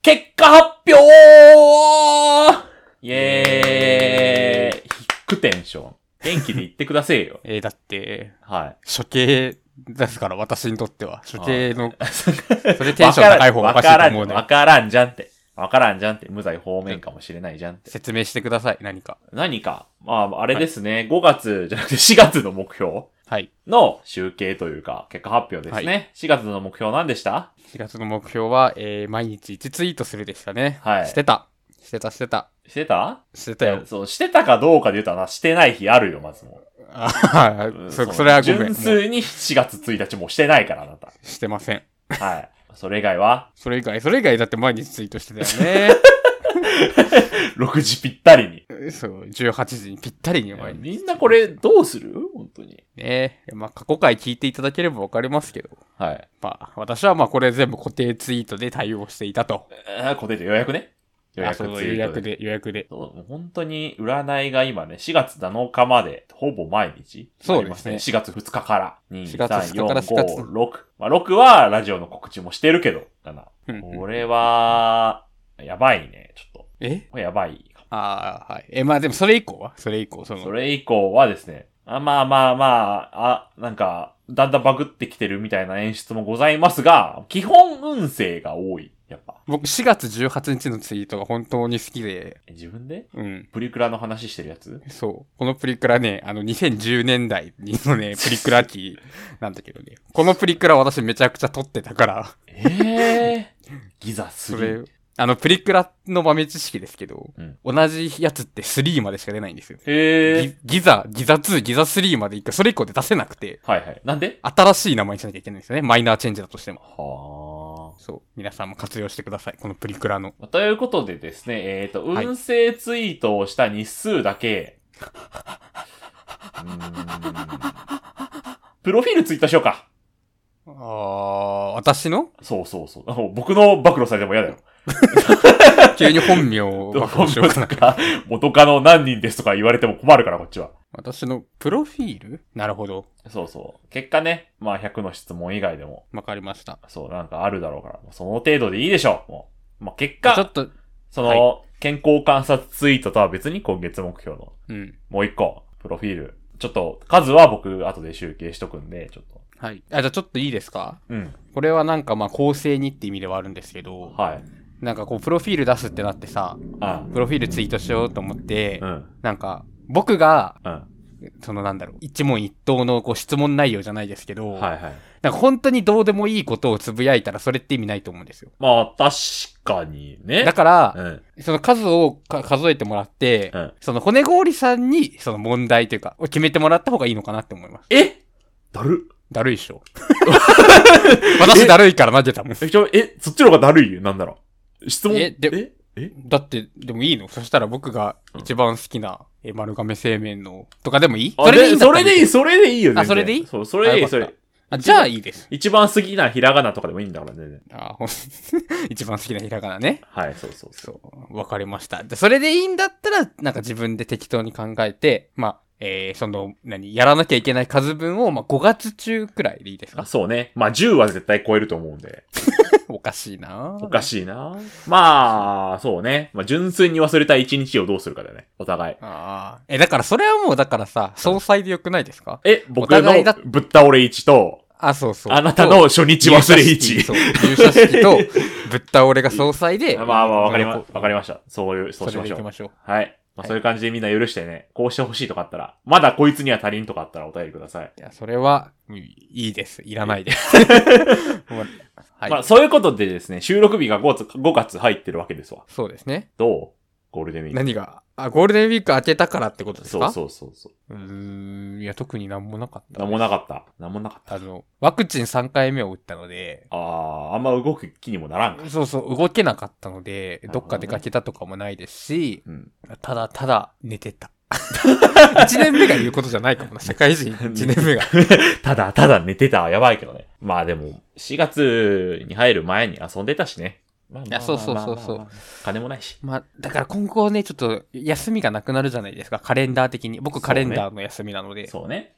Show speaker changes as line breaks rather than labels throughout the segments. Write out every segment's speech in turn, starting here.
結果発表イエーイヒックテンション。元気で言ってくださいよ。
えーだって、
はい。
処刑ですから、私にとっては。処刑の、
それ
それテンション高い方がおかしいと思うね
わからんわからんじゃんって。わからんじゃんって。無罪方面かもしれないじゃんって。
説明してください、何か。
何か、まあ、あれですね、5月じゃなくて4月の目標
はい。
の集計というか、結果発表ですね。4月の目標何でした
4月の目標は、えー、毎日1ツイートするでしたね。
はい
してた。してた、してた。
してた
してたよ。
そう、してたかどうかで言うとな、してない日あるよ、まずもう
あは
う
は
ん
そうそれはごめん。も
純
う
粋に4月1日もうしてないから、あなた。
してません。
はい。それ以外は、
それ以外、それ以外だって毎日ツイートしてたよね。
6時ぴったりに。
えーそう、18時にぴったりに毎日。
みんなこれどうする本当に。
ねまあ、過去回聞いていただければわかりますけど。
はい。
まあ、私はまあ、これ全部固定ツイートで対応していたと。
えー、固定で予約ね。予
あ
約
そ
ツイート
う予約。で、予約で。
そう、もう本当に占いが今ね、4月7日まで、ほぼ毎日。
そうですね
ありま4月2日から。2、
4
3、
月2日から4
4、
月
5、6。まあ、6はラジオの告知もしてるけど、7。
うんうん
これは、やばいね、ちょっと。
え
これやばいかも。
ああ、はい。え、まあでもそれ以降はそれ以降、その。
それ以降はですね、あまあまあまあ、あ、なんか、だんだんバグってきてるみたいな演出もございますが、基本運勢が多い。やっぱ。
僕、4月18日のツイートが本当に好きで、
え自分で
うん。
プリクラの話してるやつ
そう。このプリクラね、あの、2010年代 のね、プリクラ期なんだけどね。このプリクラ私めちゃくちゃ撮ってたから、
ええー。ギザ
そ
3。
れ、あの、プリクラの豆知識ですけど、
うん
同じやつって3までしか出ないんですよ。
ええー
ギ。ギザ、ギザ2、ギザ3まで一回、それ以降で出せなくて、
はいはい。なんで
新しい名前にしなきゃいけないんですよね。マイナーチェンジだとしても。
は
そう。皆さんも活用してください。このプリクラの。
あ。ということでですね、えっ、と、
はい
運勢ツイートをした日数だけ、うーんプロフィールツイートしようか。
あー、私の
そうそうそうあの。僕の暴露されても嫌だよ。
急に本名を暴露しようかな。
とか、元カノ何人ですとか言われても困るから、こっちは。
私のプロフィールなるほど。
そうそう。結果ね、まあ100の質問以外でも、
わかりました。
そう、なんかあるだろうから、もうその程度でいいでしょう。もう。まあ結
ちょっ
果、
と、
その、健康観察ツイートとは別に今月目標の
うん。
もう一個、プロフィール。ちょっと、数は僕、後で集計しとくんで、ちょっと。
はい。あ、じゃあちょっといいですか
うん。
これはなんかまあ構成にって意味ではあるんですけど、
はい。
なんかこうプロフィール出すってなってさ、
あ
プロフィールツイートしようと思って、
うん。
なんか僕が、
うん。
そのなんだろう、一問一答のこう質問内容じゃないですけど、
はいはい。
なんか本当にどうでもいいことをつぶやいたらそれって意味ないと思うんですよ。
まあ、確かにね。
だから、
うん。
その数をか数えてもらって、
うん
その骨氷さんにその問題というか、を決めてもらった方がいいのかなって思います。
えだる
だるいっし ょ。私だるいから投げたもん。
え、ちょ、え、そっちの方がだるいなんだろう。質問。
えで
ええ
だって、でもいいのそしたら僕が一番好きな、え丸亀製麺の、とかでもいい
あでそれでいい、
い
それでいいよ、全然
あそれでいい
そう、それでいい、
あ
そ
よかっ
れ
た。あじゃあいいです。
一番好きなひらがなとかでもいいんだから、全然。
あほん 一番好きなひらがなね。
はい、そうそうそう。
そう、わかりました。で、それでいいんだったら、なんか自分で適当に考えて、まあ、えー、その、何、やらなきゃいけない数分を、まあ、5月中くらいでいいです
あ、
か
そうね。まあ、10は絶対超えると思うんで。
おかしいな
おかしいなまあ、そうね。まあ、純粋に忘れた一日をどうするかだよね。お互い。
ああ。え、だからそれはもう、だからさ、総裁でよくないですか
え、僕
お互いだ
のぶっ倒れ1と、
あ、そうそう。
あなたの初日
と
忘れ
入社式
1。
そう、入社式と、ぶっ倒れが総裁で。
まあまあ、わかりま、わかり
ま
ました。そういう、そうしましょ
行き
う。
ましょう。
はい。ま
は
あ、
い
そういう感じでみんな許してね、こうしてほしいとかあったら、まだこいつには足りんとかあったらお便りください。
いや、それは、うんいいです。いらない です。もうはい、
まあ、そういうことでですね、収録日が5月、5月入ってるわけですわ。
そうですね。
どうゴールデンウィーク。
何があ、ゴールデンウィーク明けたからってことです
そう
か。
そうそうそう
うーん、いや、特になんもなかっ
う。
た。
なんもなかった。なんもなかった。
あの、ワクチン3回目を打ったので、
あー、あんま動く気にもならんか。
そうそう、動けなかったので、
なるほどね
どっか出かけたとかもないですし、
うん。
ただただ寝てた。1年目が言うことじゃない かもな、社会人1年目が。
ただ、ただ寝てた。やばいけどね。まあでも、4月に入る前に遊んでたしね。まあまあ
いやそうそうそうそ
まあ
う
まあまあ金もないし。
まあ、だから今後ね、ちょっと休みがなくなるじゃないですか、カレンダー的に。僕カレンダーの休みなので、
そうね。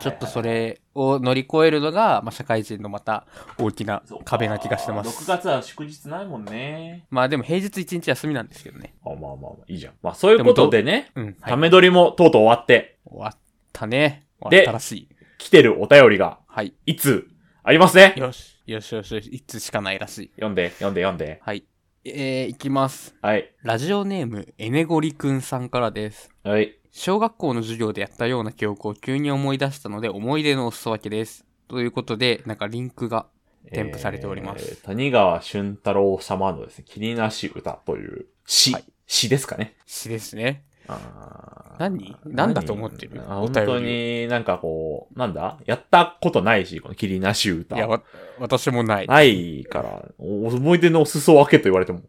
ちょっとそれを乗り越えるのが、まあ、社会人のまた大きな壁な気がしてま
6
す。
月は祝日ないもんね。
まあでも平日一日休みなんですけどね。
あ、まあまあまあ、いいじゃん。まあそういうことでね、
うん。はい
ため撮りもとうとう終わって、
終わったね。
で
終わったらしい。
来てるお便りが、
はい。
いつ、ありますね。
よし。よしよしよし。いつしかないらしい。
読んで、読んで、読んで。
はい。えー、いきます。
はい。
ラジオネーム、エネゴリくんさんからです。
はい。
小学校の授業でやったような記憶を急に思い出したので、思い出のお裾分けです。ということで、なんかリンクが。添付されております
えー谷川俊太郎様のですね、切りなし歌という詩、
はい
詩ですかね。
詩ですね。
あー
何何だと思ってる
あ
お
本
便り
当になんかこう、なんだやったことないし、この切りなし歌。
いや、わ、私もない。
ないから、お思い出のお裾分けと言われても。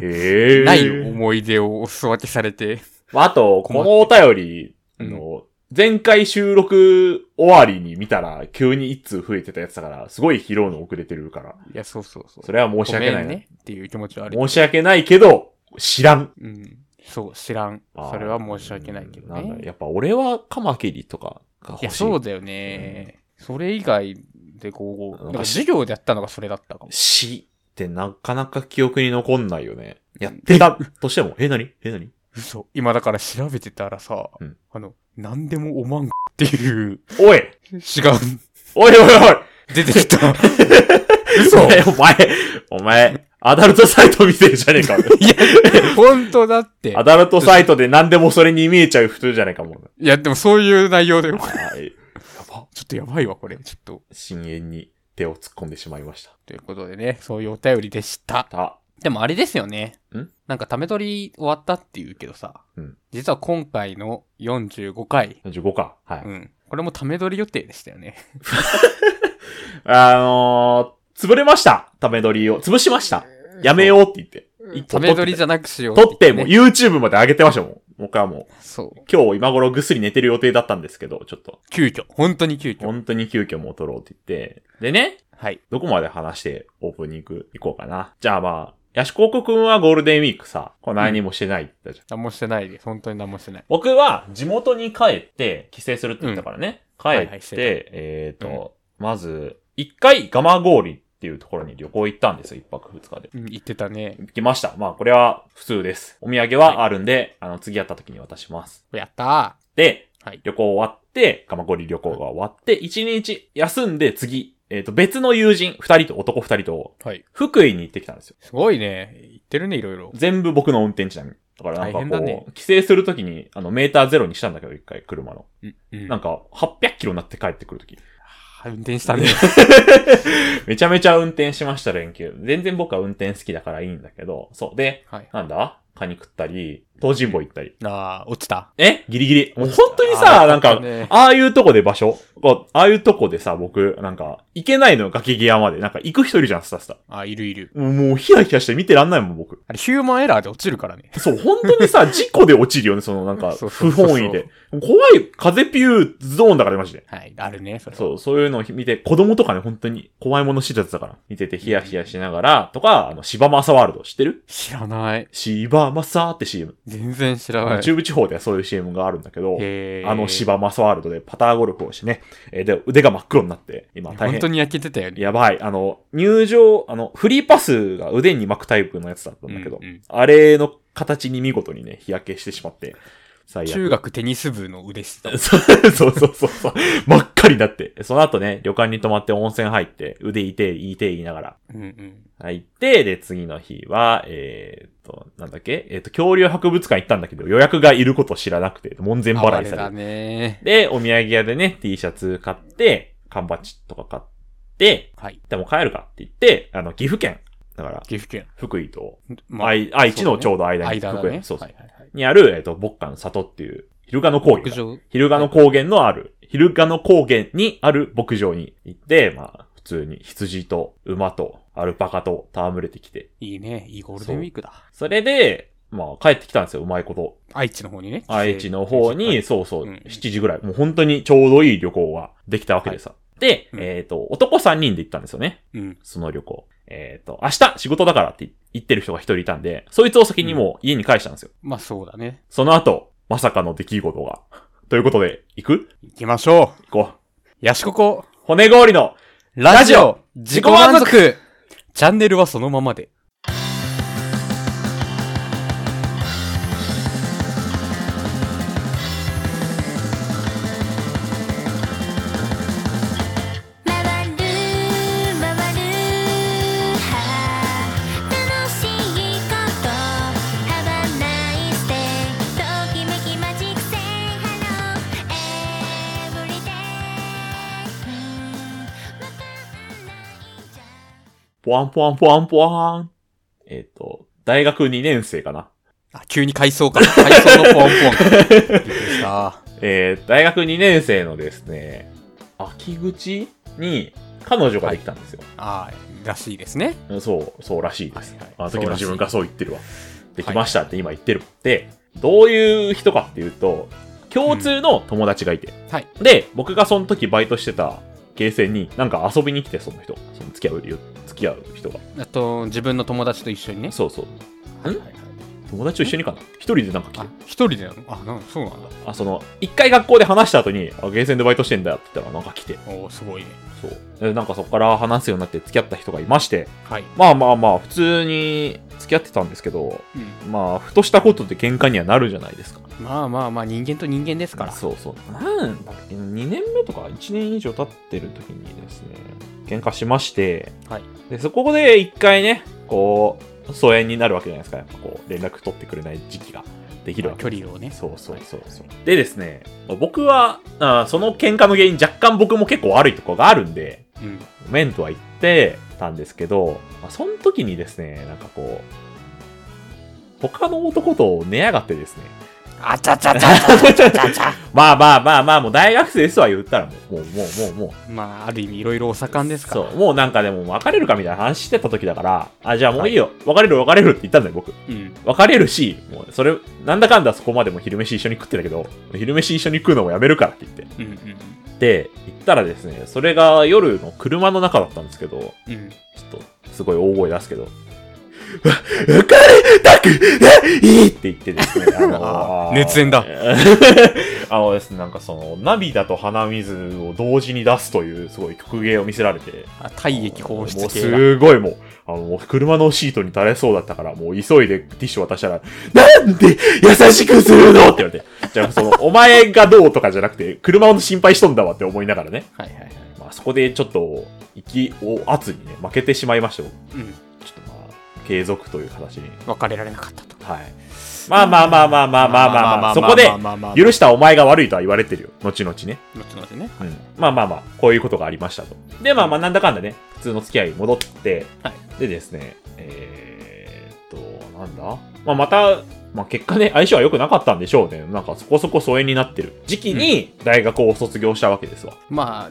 へえ。
ない思い出をお裾分けされて。
まあ、あと、このお便りの、前回収録終わりに見たら、急に一通増えてたやつだから、すごい拾うの遅れてるから、
いや、そうそうそう。
それは申し訳ないな、
ごめんねっていう気持ちはある。
申し訳ないけど、知らん。
うん。そう、知らん。
あー
それは申し訳ないけど
うんなんだ
ね。
やっぱ俺はカマキリとかが
いや、
欲しい。
そうだよね。それ以外でこう、
な
なんん
か
か授業でやったのがそれだったかも。
死ってなかなか記憶に残んないよね。やってたとしても、え、 なにえ、なに
嘘。今だから調べてたらさ、
うん
あの、なんでもおまんっていう
おい
詩が
おいおいおい
出てき た。 嘘
お前、お前、お前、アダルトサイト見てるじゃねえか。
いや、本当だって
ア。ダルトサイトで何でもそれに見えちゃう人じゃねえかもう。
いや、でもそういう内容だよ。
はい。やば。
ちょっとやばいわ、これ。ちょっと。
深淵に手を突っ込んでしまいました。
ということでね、そういうお便りでした。
た、
でもあれですよね。
ん
なんか、ため取り終わったって言うけどさ。
うん
実は今回の45回。。
45か。はいう
ん。これもため取り予定でしたよね。
あのー、潰れました。ため撮りを。潰しました。やめようって言って。一個
ため取りじゃなくしよう
撮って、
言
もう
ね
YouTube まで上げてましたもん。僕はもう、
そう。
今日今頃ぐっすり寝てる予定だったんですけど、ちょっと、
急遽。本当に急遽。
本当に急遽もう撮ろうって言って。でね、
はい。
どこまで話してオープニング行こうかな。じゃあまあ、ヤシコークくんはゴールデンウィークさ、これ何もしてないって言ったじゃん。
何もしてないです。本当に何もしてない。
僕は地元に帰って、帰省するって言ったからね。
ん
帰
はいは
っ
い
て、
してた
えっ、と、まず、一回ガマゴーリっていうところに旅行行ったんですよ、一泊二日で。
うん、言ってたね。
行きました。まあ、これは普通です。お土産はあるんで、あの、次やった時に渡します。
やった
で、
はい
旅行終わって、鎌ゴリ旅行が終わって、一日休んで次、えっ、と、別の友人、二人と、男二人と、
ー。はい。
福井に行ってきたんですよ。
すごいね。言ってるね、いろいろ。
全部僕の運転手並み。だからなんかこ
大
う、
変だね
帰省するときに、あの、メーターゼロにしたんだけど、一回、車の。
うん。うん。
なんか、800キロになって帰ってくる とき。
あー運転したね。
めちゃめちゃ運転しました、連休。全然僕は運転好きだからいいんだけど、そう。で、
はい。
なんだカニ食ったり、東尋坊行ったり。
あー、落ちた。
えギリギリ。もう本当にさ、
あー
なん
よ
か
った、ね
ああいうとこで場所こうああいうとこでさ、僕、なんか、行けないのよ、崖際まで。なんか、行く人いるじゃん、スタスタ。
あ、いるいる。
もう、もうヒヤヒヤして見てらんないもん、僕。
あれ、ヒューマンエラーで落ちるからね。
そう、本当に さ、事故で落ちるよね、その、なんか、
そう
不
そうそうそう
本意で。怖い、風ピューゾーンだからね、マジで。
はい、あるね、それは。
そう、そういうのを見て、子供とかね、本当に怖いもの知らずだから、見ててヒヤヒヤしながら、とか、あの、芝正ワールド知ってる
知らない。
芝正って CM。
全然知らない。
中部地方ではそういう CM があるんだけど、
へー
あの。芝正ワールドでパターゴルフをしてね、えーで、腕が真っ黒になって、今大
本
変
当。に焼けてたよね。
やばい。あの、入場、あの、フリーパスが腕に巻くタイプのやつだったんだけど、
うんうん
あれの形に見事にね、日焼けしてしまって、最悪。
中学テニス部の腕して た。
そうそうそうそうそう。真っ赤になって。その後ね、旅館に泊まって温泉入って、腕痛いて、痛いて言いながら。
うんうん。
入って、で、次の日は、えー、っと、なんだっけえーっと、恐竜博物館行ったんだけど、予約がいることを知らなくて、門前
暴
払い
れ
され
だ
て。
ね。
で、お土産屋でね、T シャツ買って、缶バッジとか買って、
はい。
でも帰るかって言って、あの、岐阜県。だから、
岐阜県。
福井と、
ま
愛知のちょうど間に、
間だ
福井
ね。
そうそう
はいはいはい。
にある、えっと、牧歌の里っていう、昼賀の高原
牧
だ。
場。
昼賀の高原のある、昼賀の高原にある牧場に行って、まあ、普通に羊と馬とアルパカと戯れてきて。
いいね。いいゴールデンウィークだ。
それで、まあ、帰ってきたんですよ、うまいこと。
愛知の方にね。
愛知の方
はい
に、。そうそう、
うん
7時ぐらい。もう本当にちょうどいい旅行ができたわけでさ。で、
うん
えっ、と、男3人で行ったんですよね。
うん。
その旅行。えっ、と、明日仕事だからって言ってる人が一人いたんで、そいつを先にもう家に返したんですよ。
まあそうだね。
その後、まさかの出来事が。ということで、行く
行きましょ
行こう。
ヤシココ、
骨氷の
ラジ
ジ
オ
オ、
自己満足チャンネルはそのままで。
「まわるまわる楽しいこと」「ハバナイステときめきマジックセイハローエブリデイ」「わかんないじゃん」
ポワンポワンポワンポワン。えっ、と、大学2年生かな。
あ、急に階層から、階層のポンポン。 びっくりした。
えー、大学2年生のですね、秋口に彼女ができたんですよ。
あーらしいですね。
そう、そうらしいです。
はいはい
あの時の自分がそう言ってるわ。で
い
きましたって今言ってる。で、どういう人かっていうと、共通の友達がいて。
はい。
で、僕がその時バイトしてたゲーセンに、なんか遊びに来て、その人。その付き合うよ、付き合う人が。
あと、自分の友達と一緒にね。
そうそう。
はいはいはい。
友達と一緒にかな一人でなんか来て
あ。、一人でなのあ、なんそうなんだ。
あ、その、一回学校で話した後に、あ、ゲーセンでバイトしてんだって言ったら、なんか来て。
おー、すごいね。
そう。でなんかそこから話すようになって付き合った人がいまして、
はい。
まあまあまあ、普通に付き合ってたんですけど、
うん。
まあ、ふとしたことで喧嘩にはなるじゃないですか。
まあまあまあ、人間と人間ですから。
そうそう。なんだっけ、2年目とか1年以上経ってる時にですね、喧嘩しまして、
はい
で、そこで一回ね、こう、疎遠になるわけじゃないですか。やっぱこう、連絡取ってくれない時期ができるわけ
距離をね。
そうそうそうそう。でですね、僕は、あーその喧嘩の原因、若干僕も結構悪いところがあるんで、
うん。
面とは言ってたんですけど、まあ、その時にですね、なんかこう、他の男と寝やがって ですね、
あちゃちゃちゃちゃちゃちゃちゃ。
まあまあまあまあ、もう大学生ですわ言ったらもう、もう、もう、もう、も
まあ、ある意味、いろいろお盛ん
う、
ですから。
そう、もうなんかでも別れるかみたいな話してた時だから、あ、じゃあもういいよ、別れる別れるって言ったんだよ、僕。
う。うん。
別れるし、もうそれ、なんだかんだそこまでも昼飯一緒に食ってたけど、昼飯一緒に食うのもやめるからって言って。
うん
で、行ったらですね、それが夜の車の中だったんですけど、
うん。うん。
ちょっと、すごい大声出すけど、うわ、浮かれたくないって言って ですね、あの
あー熱演だ。
あのですね、なんかその、涙と鼻水を同時に出すという、すごい曲芸を見せられて、
あ体液放
も
出
う
系が。
すごいもう、あの、もう車のシートに垂れそうだったから、もう急いでティッシュ渡したら、なんで優しくするのって言われて、じゃあその、お前がどうとかじゃなくて、車の心配しとんだわって思いながらね、
はいはいはい。
まあそこでちょっと、息を圧にね、負けてしまいました、僕
うん。
ちょっとまあ、継続という形に。
別れられなかったと。
はい。まあまあまあまあまあまあまあまあ、そこで、
許
許したお前が悪いとは言われてるよ。後々ね。
後々ね。
うん。まあまあまあ、こういうことがありましたと。で、まあまあ、なんだかんだね、普通の付き合いに戻って、
はい
でですね、えー、っと、なんだまあまた、まあ結果ね、相性は良くなかったんでしょうね。なんかそこそこ疎遠になってる時期に大学を卒業したわけですわ。
まあ、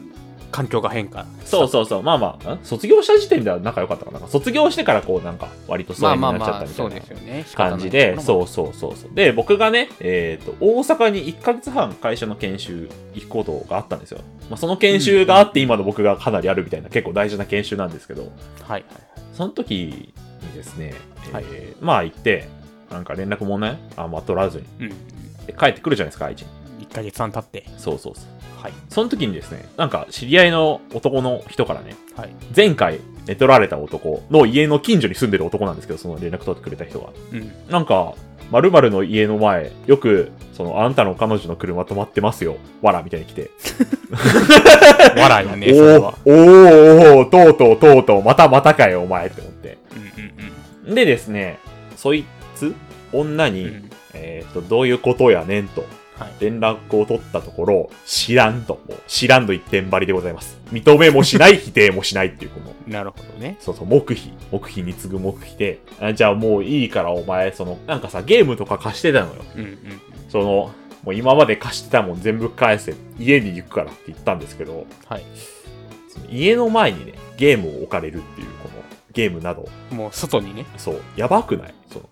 環境が変化。
そうそうそう。まあまあ、ん卒業した時点では仲良かったかな。卒業してからこうなんか割と疎
まあ
遠に
ま
な
あ
っちゃったみたいな。
まあ、そうですよね。
感じで、
う。
そうそうそうそう。で、僕がね、えっ、と、大阪に1ヶ月半会社の研修行くことがあったんですよ。まあ、その研修があって今の僕がかなりあるみたいな結構大事な研修なんですけど、
はい。
その時にですね、えー
はい
まあ行って、なんか連絡もね、あんま取らずに。
うん。
で帰ってくるじゃないですか、愛知に。
1ヶ月半経って。
そうそうそう。
はい。
その時にですね、なんか知り合いの男の人からね、
はい。
前回寝取られた男の家の近所に住んでる男なんですけど、その連絡取ってくれた人が。
うん。
なんか、〇〇の家の前、よく、その、あんたの彼女の車止まってますよ。わら、みたいに来て。
笑いだ
お
ね、それ
ー
は。
おーおーとうとうとうとう、またまたかよ、お前って思って。
うんうん
でですね、そいつ、女に、
うん。
えっ、と、どういうことやねんと、
はい。
連絡を取ったところ、知らんと、もう知らんの一点張りでございます。認めもし ない、否定もしないっていう、この、
なるほどね。
そうそう、黙秘。黙秘に次ぐ黙秘で、あじゃあもういいからお前、その、なんかさ、ゲームとか貸してたのよ。
うんうん。
その、もう今まで貸してたもん全部返せ、家に行くからって言ったんですけど、
はい。
その家の前にね、ゲームを置かれるっていう、このゲームなど、
もう外にね、
そう、やばくないその、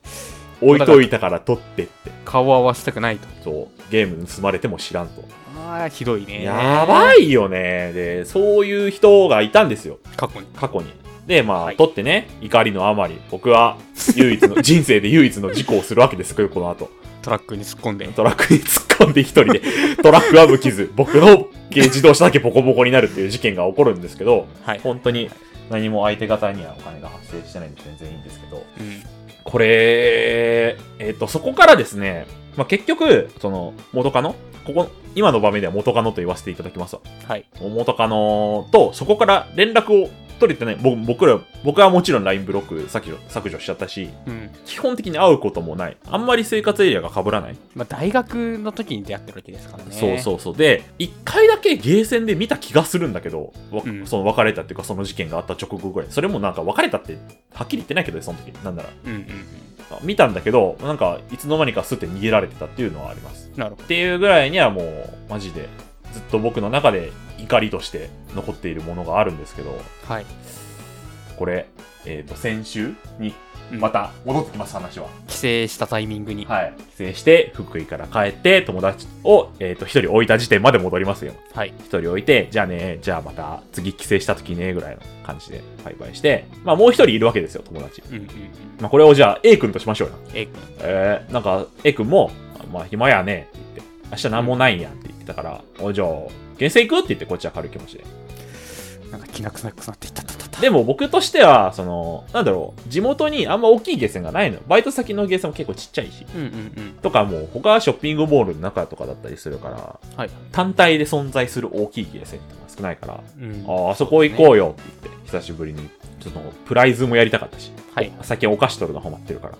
置いといたから取ってって、
顔を合わせたくないと。
そう、ゲーム盗まれても知らんと。
ああ、ひどいね。
やばいよね。で、そういう人がいたんですよ、
過去に。
過去に。で、まあ、
はい
取って ね、怒りのあまり、僕は、唯一の、人生で唯一の事故をするわけですこういうこの後。
トラックに突っ込んで。
トラックに突っ込んで一人で、 トラックは無傷、僕の軽自動車だけボコボコになるっていう事件が起こるんですけど、
はい。
本当に何も相手方にはお金が発生してないんで全然いいんですけど、
うん。
これ、えっ、と、そこからですね、まあ、結局、その、元カノここ、今の場面では元カノと言わせていただきますわ
はい。
元カノと、そこから連絡を取れてない、僕僕ら、僕はもちろん LINE ブロック削除削除しちゃったし、
うん。
基本的に会うこともない。あんまり生活エリアが被らない。
まあ、大学の時に出会ってるわけですからね。
そうそうそう。で、一回だけゲーセンで見た気がするんだけど、わ
うん
その別れたっていうか、その事件があった直後ぐらい。それもなんか別れたって、はっきり言ってないけどね、その時。なんなら。
うんうん
見たんだけど、なんか、いつの間にかすって逃げられてたっていうのはあります。
うん。なるほ
っていうぐらいにはもう、マジで、ずっと僕の中で怒りとして残っているものがあるんですけど、
ど。はい。
これ、えっ、と、先週に、
うん
また戻ってきます、話は。
帰省したタイミングに。は
はい。帰省して、福井から帰って、友達を、えっ、と、一人置いた時点まで戻りますよ。
い。
一人置いて、じゃあね、じゃあまた、次帰省した時ね、ぐらいの感じで、バイバイして、まあ、もう一人いるわけですよ、友達。
うんうんうん。
まあ、これをじゃあ、A 君としましょうよ。
え君。
えー、なんか、A 君も、まあ、暇やね、って言って、明日何もないんや、って言ってたから、おじゃあ、厳選行くって言って、こっちは軽い気持ちで。
なんか気なくなくなっていったたたた。
でも僕としては、その、なんだろう、地元にあんま大きいゲーセンがないの。バイト先のゲーセンも結構ちっちゃいし。
うんうんうん。
とかもう他はショッピングモールの中とかだったりするから、
はい。
単体で存在する大きいゲーセンってのが少ないから、
うん。
ああ、あそこ行こうよって言って、久しぶりに。ちょっとプライズもやりたかったし、
はい。
最近お菓子取るのハマってるから。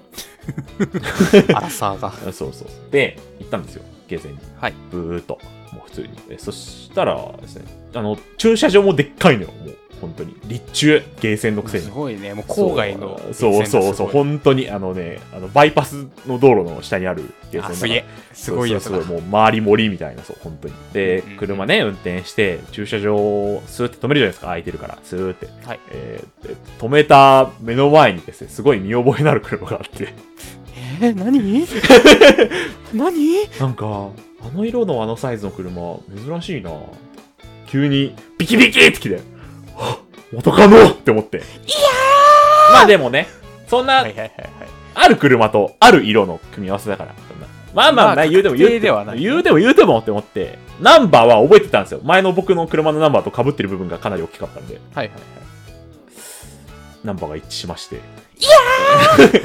アラサー が。
そうそうそう。で、行ったんですよ、ゲーセンに。
はい。
ブーっと。もう普通に。えそしたらですね、あの、駐車場もでっかいのよ、もう。本当に。立中、ゲーセンのくせに
す。ごいね。もう郊外の電線
そう
がすごい。
そうそう本当にあのねあのバイパスの道路の下にあるゲーセンだか
あ、
ら
すげえ。すごいやつ
そう
だ
そう。そうもう周り森みたいなそう本当にで
うんうん
車ね運転して駐車場をスーって止めるじゃないですか空いてるからスーって、
はい
えーで止めた目の前にですねすごい見覚えのある車があって
えー、何 何
なんかあの色のあのサイズの車珍しいな急にビキビキって来てはっ元カノって思っていやまあでもねそんな
はいはいはいはい。
ある車とある色の組み合わせだから。そんなまあまあ、
まあ
ない言うても
確定
言うて
ではない
言うても言うてもって思って、ナンバーは覚えてたんですよ。前の僕の車のナンバーと被ってる部分がかなり大きかったんで、
はいはいはい。
ナンバーが一致しまして。いやー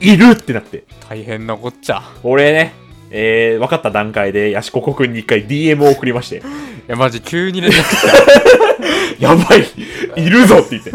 いいるってなって。
大変なこっちゃ。
俺ね、えー、分かった段階で、ヤシココくんに一回 DM を送りまして、
いや、マジ急に連絡 来た。
やばいいるぞって言って。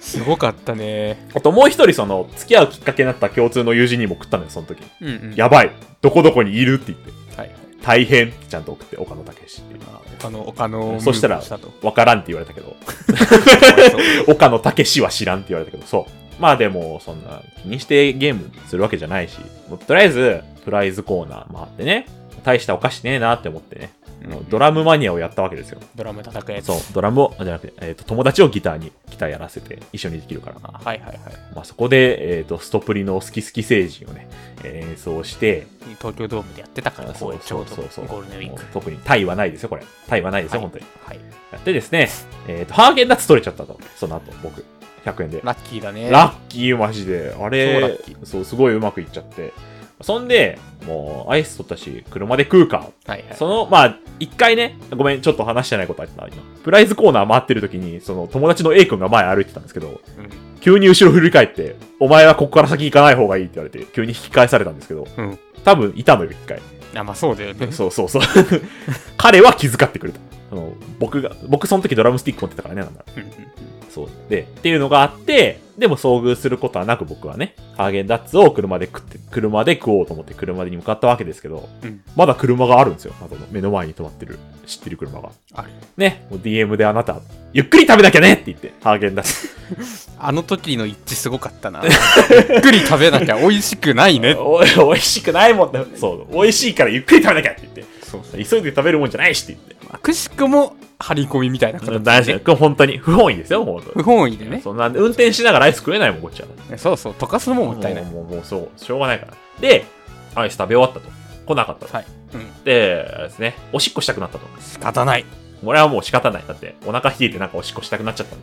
すごかったね。
あともう一人、その、付き合うきっかけになった共通の友人にも送ったのよ、その時。
うんうん。
やばいどこどこにいるって言って。
はいはい。
大変ってちゃんと送って、岡野武史っていう。
あ他の、他の、
そしたら
したと。
わからんって言われたけど、
かわいそう
岡野武史は知らんって言われたけど、そう。まあでも、そんな気にしてゲームするわけじゃないし、もうとりあえず、プライズコーナー回ってね、大したお菓子ねえなって思ってね、あのドラムマニアをやったわけですよ。
ドラム叩くやつ。
そう、ドラムを、あじゃなくて、えっと友達をギターに、ギターやらせて一緒にできるから。
あはいはいは
まあそこで、えっとストプリの好き好き星人をね、えー演奏して、
い。東京ドームでやってたから、こうちょうどゴールデンウィー
もう
ク。
特にタイはないですよ、これ。タイはないですよ、本当に。
はい。
やってですね、えっとハーゲンダッツ取れちゃったと、その後、僕、100円で。
ラッキーだね。
ラッキーマジで。あれ、そう
そ
う
ラッキ
すごいうまくいっちゃって。そんで、もう、アイス取ったし、車で食うか。
はいはい。
その、まあ、一回ね、ごめん、ちょっと話してないことあったな、今。プライズコーナー回ってる時に、その、友達の A 君が前歩いてたんですけど、
うん
急に後ろ振り返って、お前はここから先行かない方がいいって言われて、急に引き返されたんですけど、
うん。
多分いたのよ、一回。
あ、まあそうだよね。
そうそうそう。 彼は気遣ってくれた。その僕が、僕その時ドラムスティック持ってたからね、なんだ。
うんうんうん
そう。で、っていうのがあって、でも遭遇することはなく僕はね、ハーゲンダッツを車で食って、車で食おうと思って車に向かったわけですけど、
うん
まだ車があるんですよ。あの目の前に止まってる、知ってる車が。
ある
ね、もう DM であなた、ゆっくり食べなきゃねって言って、ハーゲンダッツ。
あの時の一致すごかったな。ゆっくり食べなきゃ美味しくない ね。
おい、美味しくないもんだ。そう、美味しいからゆっくり食べなきゃって言って、
そうそう。
急いで食べるもんじゃないしって言って。
くしくも張り込みみたいな形で、ね。
大事だよ。これ本当に、不本意ですよ、本当
不
に。
本意でね。
そんな、運転しながらアイス食えないもん、こっちは。
そうそう。溶かすのももったいない。
もう、もうもうそう、しょうがないから。で、アイス食べ終わったと。来なかったと。
はい。うん。
で、あれですね、おしっこしたくなったと。
仕方ない。
俺はもう仕方ない。だって、お腹冷えてなんかおしっこしたくなっちゃったの。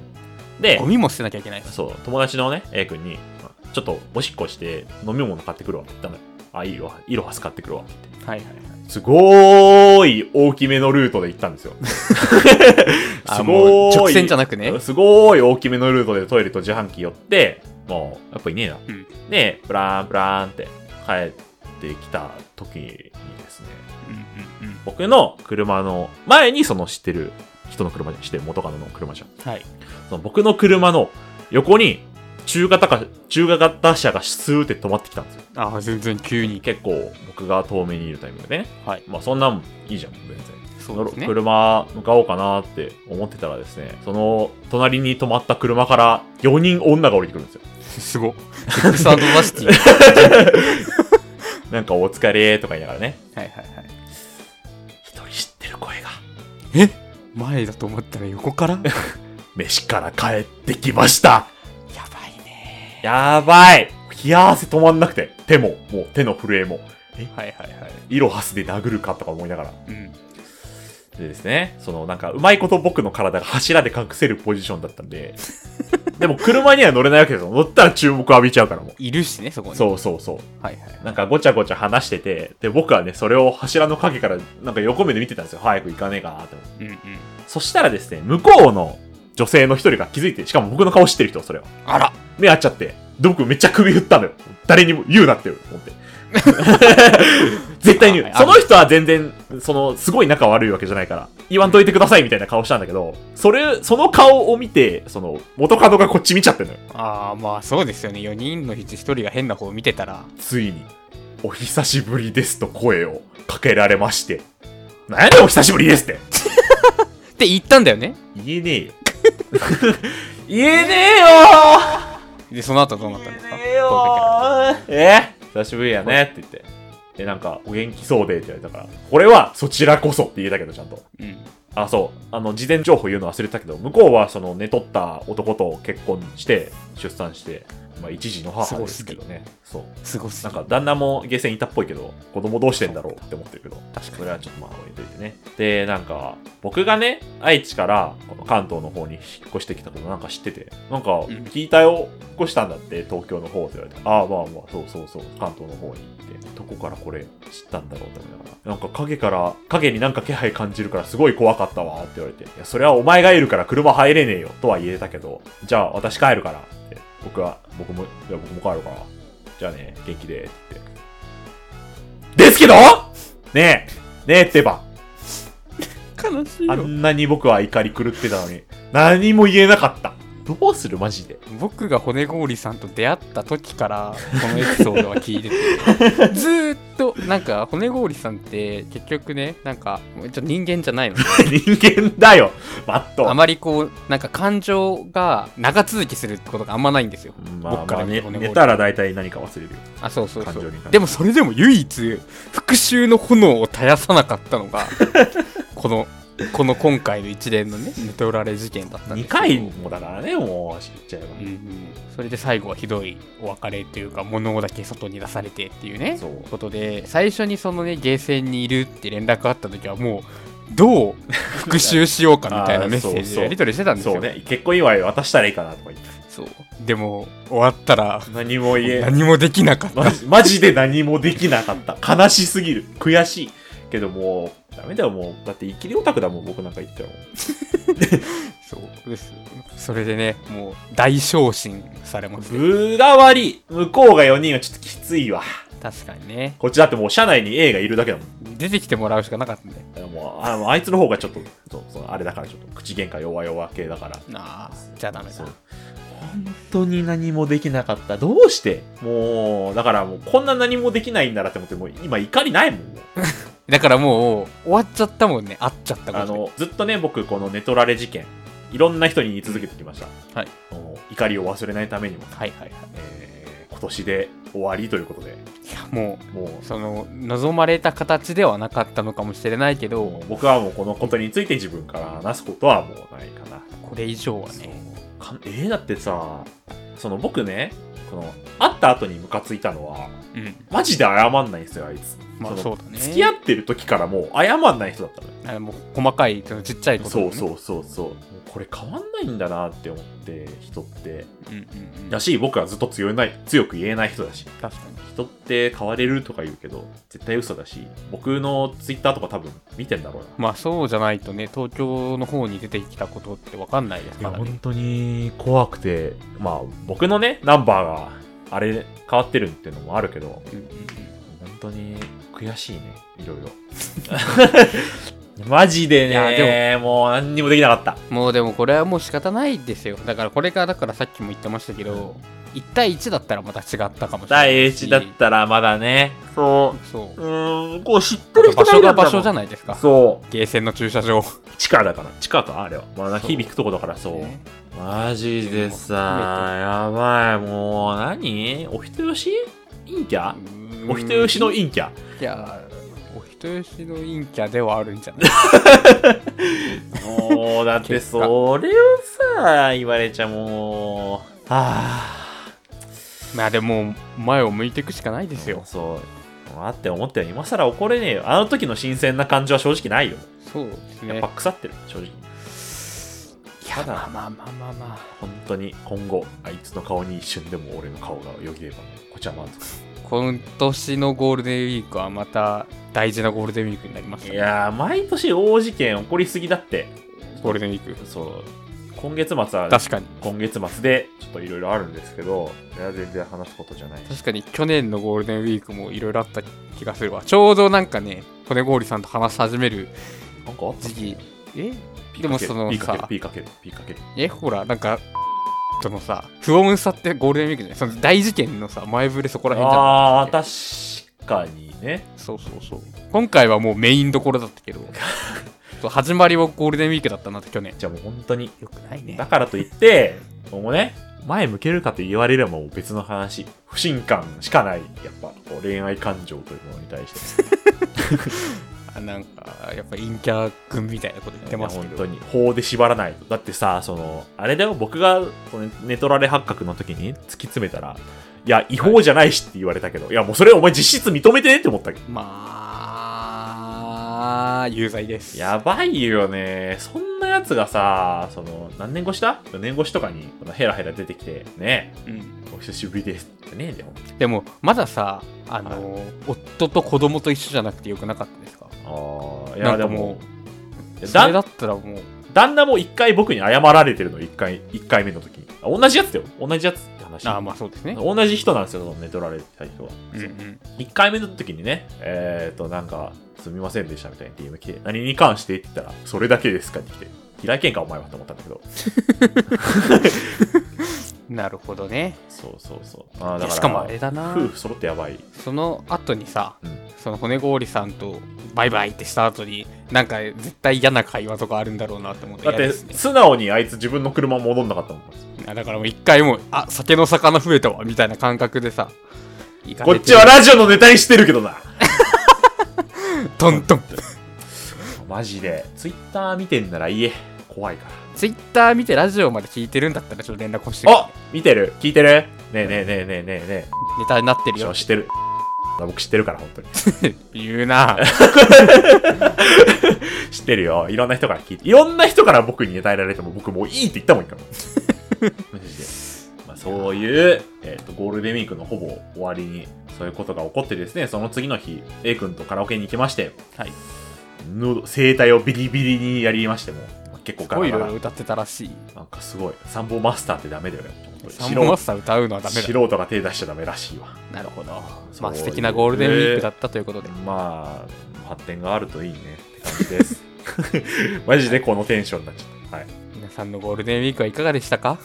で
ゴ、ミも捨てなきゃいけないです。
そう、友達のね、A 君に、まあちょっとおしっこして飲み物買ってくるわって言ったのよ。あ、いいわ。イロハス買ってくるわ。
はいはい。
すごーい大きめのルートで行ったんですよ。
あ
すごーい。
もう直線じゃなくね
すごーい大きめのルートでトイレと自販機寄って、もう、やっぱいねえな。
うん
で、ブラーンブラーンって帰ってきた時にですね、
うんうんうん。
僕の車の前にその知ってる人の車じゃん、知ってる元カノの車じゃん。
はい。
その僕の車の横に中型か、中型車がスーって止まってきたんですよ。
ああ、全然急に。
結構僕が遠目にいるタイミングでね。
はい。
まあそんなんいいじゃん、全然。
そうですね。
車向かおうかなって思ってたらですね、その隣に止まった車から4人女が降りてくるんですよ。
すごっ。セックスアンドザシティ。
なんかお疲れとか言いながらね、
はいはいはい。
一人知ってる声が、
前だと思ったら横から やば
飯から帰ってきました
いね。
やばい冷や汗止まんなくて、手も、もう手の震えも、
はいはいはい。
イロハスで殴るかとか思いながら。
うん。
でですね、そのなんか、うまいこと僕の体が柱で隠せるポジションだったんで、でも車には乗れないわけですよ。乗ったら注目浴びちゃうからもう。
いるしね、そこに。
そうそうそう。
はいはい。
なんかごちゃごちゃ話してて、で、僕はね、それを柱の陰から、なんか横目で見てたんですよ。早く行かねえかなって思って。
うんうん。
そしたらですね、向こうの女性の一人が気づいて、しかも僕の顔知ってる人、それは。
あら
目合っちゃって、で、僕めっちゃ首振ったのよ。誰にも言うなって思 って。絶対に言う。その人は全然、その、すごい仲悪いわけじゃないから、言わんといてくださいみたいな顔したんだけど、それ、その顔を見て、その、元カノがこっち見ちゃってんのよ。
ああ、まあそうですよね。4人のうち1人が変な方を見てたら。
ついに、お久しぶりですと声をかけられまして、なんでお久しぶりですって
って言ったんだよね。
言えねえよ。言えねえよ
で、その後どうな
ー
ったんですか
言えねえよーえ久しぶりやねって言って。で、なんか、お元気そうでって言われたから、これはそちらこそって言えたけど、ちゃんと。
声かけられた
あ、そう。あの、事前情報言うの忘れてたけど、向こうはその寝取った男と結婚して、出産して、まあ、一児の母ですけどね。そう。
うん。すごす
な
ぎ
ん
る。
か旦那もゲーセンいたっぽいけど、子供どうしてんだろうって思ってるけど、確かにそれはちょっとまあ置いといてね。で、なんか、僕がね、愛知からこの関東の方に引っ越してきたことなんか知ってて、なんか、
ん
聞いたよ、引っ越したんだって、東京の方って言われて、ああ、まあまあ、そうそうそう、関東の方に行って、どこからこれ知ったんだろうって思いながら、なんか影から、影になんか気配感じるからすごい怖かったわって言われて、いや、それはお前がいるから車入れねえよとは言えたけど、じゃあ私帰るからって、僕は、僕も、いや、僕も帰るから。じゃあね、元気で、って。ですけどねえ、ねえってば、
悲しい
あ
よ。
んなに僕は怒り狂ってたのに、何も言えなかった。どうするマジ で。
僕が骨氷さんと出会った時からこのエピソードは聞いて てずーっとなんか骨氷さんって結局ねなんかちょっと人間じゃないの
人間だよ、マット。
あまりこうなんか感情が長続きするってことがあんまないんですよ
まあ、
僕か
まあ
ら見
ね、
てもね
寝たら大体何か忘れるよ。
あそうそうそ
感情に
う
関して
でもそれでも唯一復讐の炎を絶やさなかったのが このこの今回の一連のね寝取られ事件だったんです
2
け
回
ど
もだからね、もう知っちゃえば。
うんうん、それで最後はひどいお別れというか物だけ外に出されてっていうね
そう
ことで最初にそのねゲーセンにいるって連絡があった時はもうどう復讐しようかみたいなメッ セ
あー
ー
そう
ジ
そう
でやり取りしてたんですよ
そうね、結婚祝い渡したらいいかなとか言って。
そうでも終わったら
何も言え、
何もできなかった
マジ マジで何もできなかった。悲しすぎる。悔しい。けどもう、ダメだよ、もう。だって、生きりオタクだもん、僕なんか言ったらもう。
そうですそれでねもう大昇進されますね
分が悪い。向こうが4人はちょっときついわ。
確かにね
こっちだってもう、社内に A がいるだけだもん。
出てきてもらうしかなかったんで
あのもうあのあいつの方がちょっと、そうそうあれだから、ちょっと、口喧嘩弱々系だから。
なあじゃあダメだ
そう本当に何もできなかった。どうしてもう、だからもう、こんな何もできないんならって思って、もう今怒りないもん。もう
だからもう終わっちゃったもんね会っちゃった
あ
ことで
の、ずっとね、僕、この寝取られ事件、いろんな人に言い続けてきました。
はい
もう。怒りを忘れないためにも、
はいはいはい
えー今年で終わりということで、
いやもう
もう、
その望まれた形ではなかったのかもしれないけど、
もう僕はもうこのことについて自分から話すことはもうないかな。
これ以上は
そう
ね
かえー、だってさ、その僕ね、この、会った後にムカついたのは、
うん
マジで謝んないんですよ、あいつ。
まあ
そ
そ
の
うだね
付き合ってる時からもう謝んない人だったのよ
あもう細かいそのちっちゃいことだ
そ
ね、
うそうそうそうもうこれ変わんないんだなって思って人って
うんうんうん
だし僕はずっと強いない強く言えない人だし
確かに
人って変われるとか言うけど絶対嘘だし僕のツイッターとか多分見てんだろうな
まあそうじゃないとね東京の方に出てきたことって分かんないです
いや
からね
本当に怖くてまあ僕のねナンバーがあれ変わってるっていうのもあるけど
うんうんうん
本当に悔しいねいろいろ マジで
いや
ねもう何にもできなかった
もうでもこれはもう仕方ないですよだからこれがだからさっきも言ってましたけど1対1だったらまた違ったかもしれない
第
し
一だったらまだねそ
そうう
うんこう知ってる人
場所が場所じゃ
ない
ないですか
そ
ゲーセンの駐車場
う地下だから地下かあれはまあ響くとこだからそう
ね
マジでさやばいもう何お人よし陰キャお人よしの
陰
陰 キャ
キャお人よしの陰キャではあるんじゃない
もう、だって
結果
それをさ、言われちゃもう、は
まあでも前を向いていくしかないで
ぁ。
すよ
そう。あって思ったよ。今更怒れねえよ。あの時の新鮮な感じは正直ないよ。
そうです
や
ね
っぱ腐ってる、正直。
いやまあまあまあまあまあ
本当に今後、あいつの顔に一瞬でも俺の顔がよぎれば、こっちは満足。
今年のゴールデンウィークはまた大事なゴールデンウィークになりましたね
いやー、毎年大事件起こりすぎだって。
ゴールデンウィーク
そう。今月末は、
確かに
今月末で、ちょっといろいろあるんですけど、いや、全然話すことじゃない。
確かに去年のゴールデンウィークもいろいろあった気がするわちょうどなんかね骨氷さんと話し始める
なんかあった
時期え
ピー
でも
かける
その
ピーかける
さ
ピーかける、ピーかける。
えほらなんかそのさ不穏さってゴールデンウィークじゃないその大事件のさ前触れそこら辺じゃ
ああ
な
ー確かにね
そうそうそう今回はもうメインどころだったけど そう始まりはゴールデンウィークだったなって去年
じゃあもう本当に
よくない
だからといって今後ね前向けるかと言われればもう別の話不信感しかないやっぱこう恋愛感情というものに対して
あなんかやっぱ陰キャ君みたいなこと言ってますけ
本
ど
当に法で縛らないとだってさそのあれだよ僕がこのネトラレ発覚の時に突き詰めたらいや違法じゃないしって言われたけど、い、やもうそれお前実質認めてねって思ったけど
まあ有罪です
やばいよね。そんなやつがさ、その、何年越しだ ?4 年越しとかに、このヘラヘラ出てきて、ね
うん
お久しぶりですってねえよ。
でもまださあの、夫と子供と一緒じゃなくてよくなかったですか
ああ、い
な
や、
ん
で
か
も
も、
いや
それだ
だ
ったらもう
旦那も一回僕に謝られてるの、一回、一回目の時に。あ同じやつだよ。同じやつって話。
ああまあそうですね
同じ人なんですよ、その寝取られた人は。
うんうん
一回目の時にね、えっ、ー、と、なんか、すみませんでしたみたいな DM 来て、何に関してって言ったら、それだけですかって来て、嫌い喧嘩お前はって思ったんだけど。
なるほどね
そうそうそう。あー
しかもあれだな
夫婦揃ってやばい。
その後にさ、
うん
その骨氷さんとバイバイってした後になんか絶対嫌な会話とかあるんだろうなって思って
だっ
嫌
て、
ですね
素直にあいつ自分の車戻んなかったもん。
あだからもう一回もうあ酒の魚増えたわみたいな感覚でさ行か
こ
れ
ってちはラジオのネタにしてるけどな。
トントン
マジで。ツイッター見てんなら言え。怖いから。
ツイッター見てラジオまで聞いてるんだったらちょっと連絡欲しい
あ見てる聞いてるねえねえねえねえねえね
ネタになって
え。
る
一
よ
応知ってる。僕知ってるから、本当に。
言うな
知ってるよ。いろんな人から聞いて。いろんな人から僕に与えられても、僕もういいって言ったもん、 今も。マジで。まあ、そういう、えっ、と、ゴールデンウィークのほぼ終わりに、そういうことが起こってですね、その次の日、A 君とカラオケに行きまして、
はい
喉、声帯をビリビリにやりましても、結構
す
ガ
ごい
ラ
い
ガ
ろい
ラ
ろ。歌ってたらしい
なんかすごい。サンボマスターってダメだよね。
サンボマスター歌うのはダメ
素
だ
人が手出しちゃダメらしいわ。
なるほど
そう
まあ素敵なゴールデンウィークだったということで、
まあ、発展があるといいねって感じです。 マジでこのテンションになっちゃった。はい。
皆さんのゴールデンウィークはいかがでしたか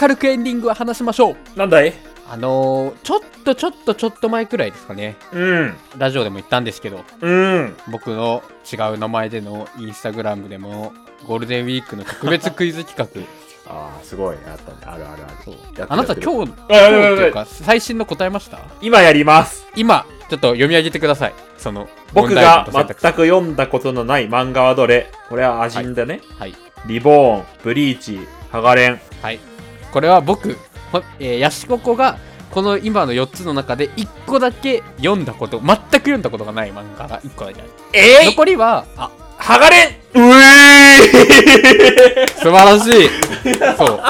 明るくエンディングは話しましょう
なんだい
あのーちょっとちょっとちょっと前くらいですかね
うん。
ラジオでも言ったんですけど
うん。
僕の 違う名前でのインスタグラムでもゴールデンウィークの特別クイズ企画
ああ、すごい。あったね。あるあるある。
そう
やってる
あなた
やってる
今日、今日って
あやべやべやべ
いうか、最新の答えました
今やります。
今、ちょっと読み上げてください。その、
僕
問題文
が
と
全
選
く
択肢
読んだことのない漫画はどれこれはアジンだね。
はい。
リボーン、ブリーチ、ハガレン。
はい。これは僕、ほえー、ヤシココが、この今の4つの中で1個だけ読んだこと、全く読んだことがない漫画が1個だけある。
えい
残りは、あ、
ハガレンうえー
素晴らしいそう。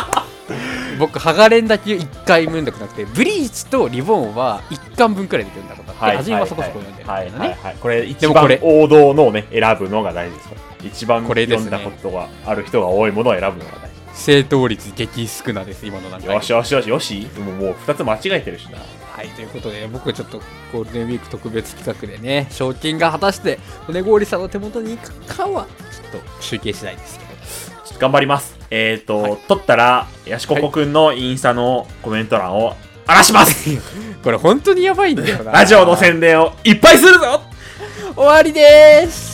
僕、ハガレンだけ1回も読んだことなくて、ブリーチとリボンは1巻分くらいで読んだことあって、初めはそこそこ読んでるん
は
だ
い
けど
はい
ね。
はい。これ一
でもこ
番
れ
王道のをね、選ぶのが大事ですから。一番
これで
読
す
ん
ね
だことがある人が多いものを選ぶのが大事。
正答率激少なです、今の段階で
よしよしよしよし。でももう二つ間違えてるしな。
はい、ということで、僕はちょっとゴールデンウィーク特別企画でね、賞金が果たして骨氷さんの手元に行くかは、ちょっと集計次第ですけど。
ちょっと頑張ります。えっ、ー、と、
はい
取ったら、ヤシココくんのインスタのコメント欄を荒らします、
これ本当にやばいんだよな。
ラジオの宣伝をいっぱいするぞ
終わりでーす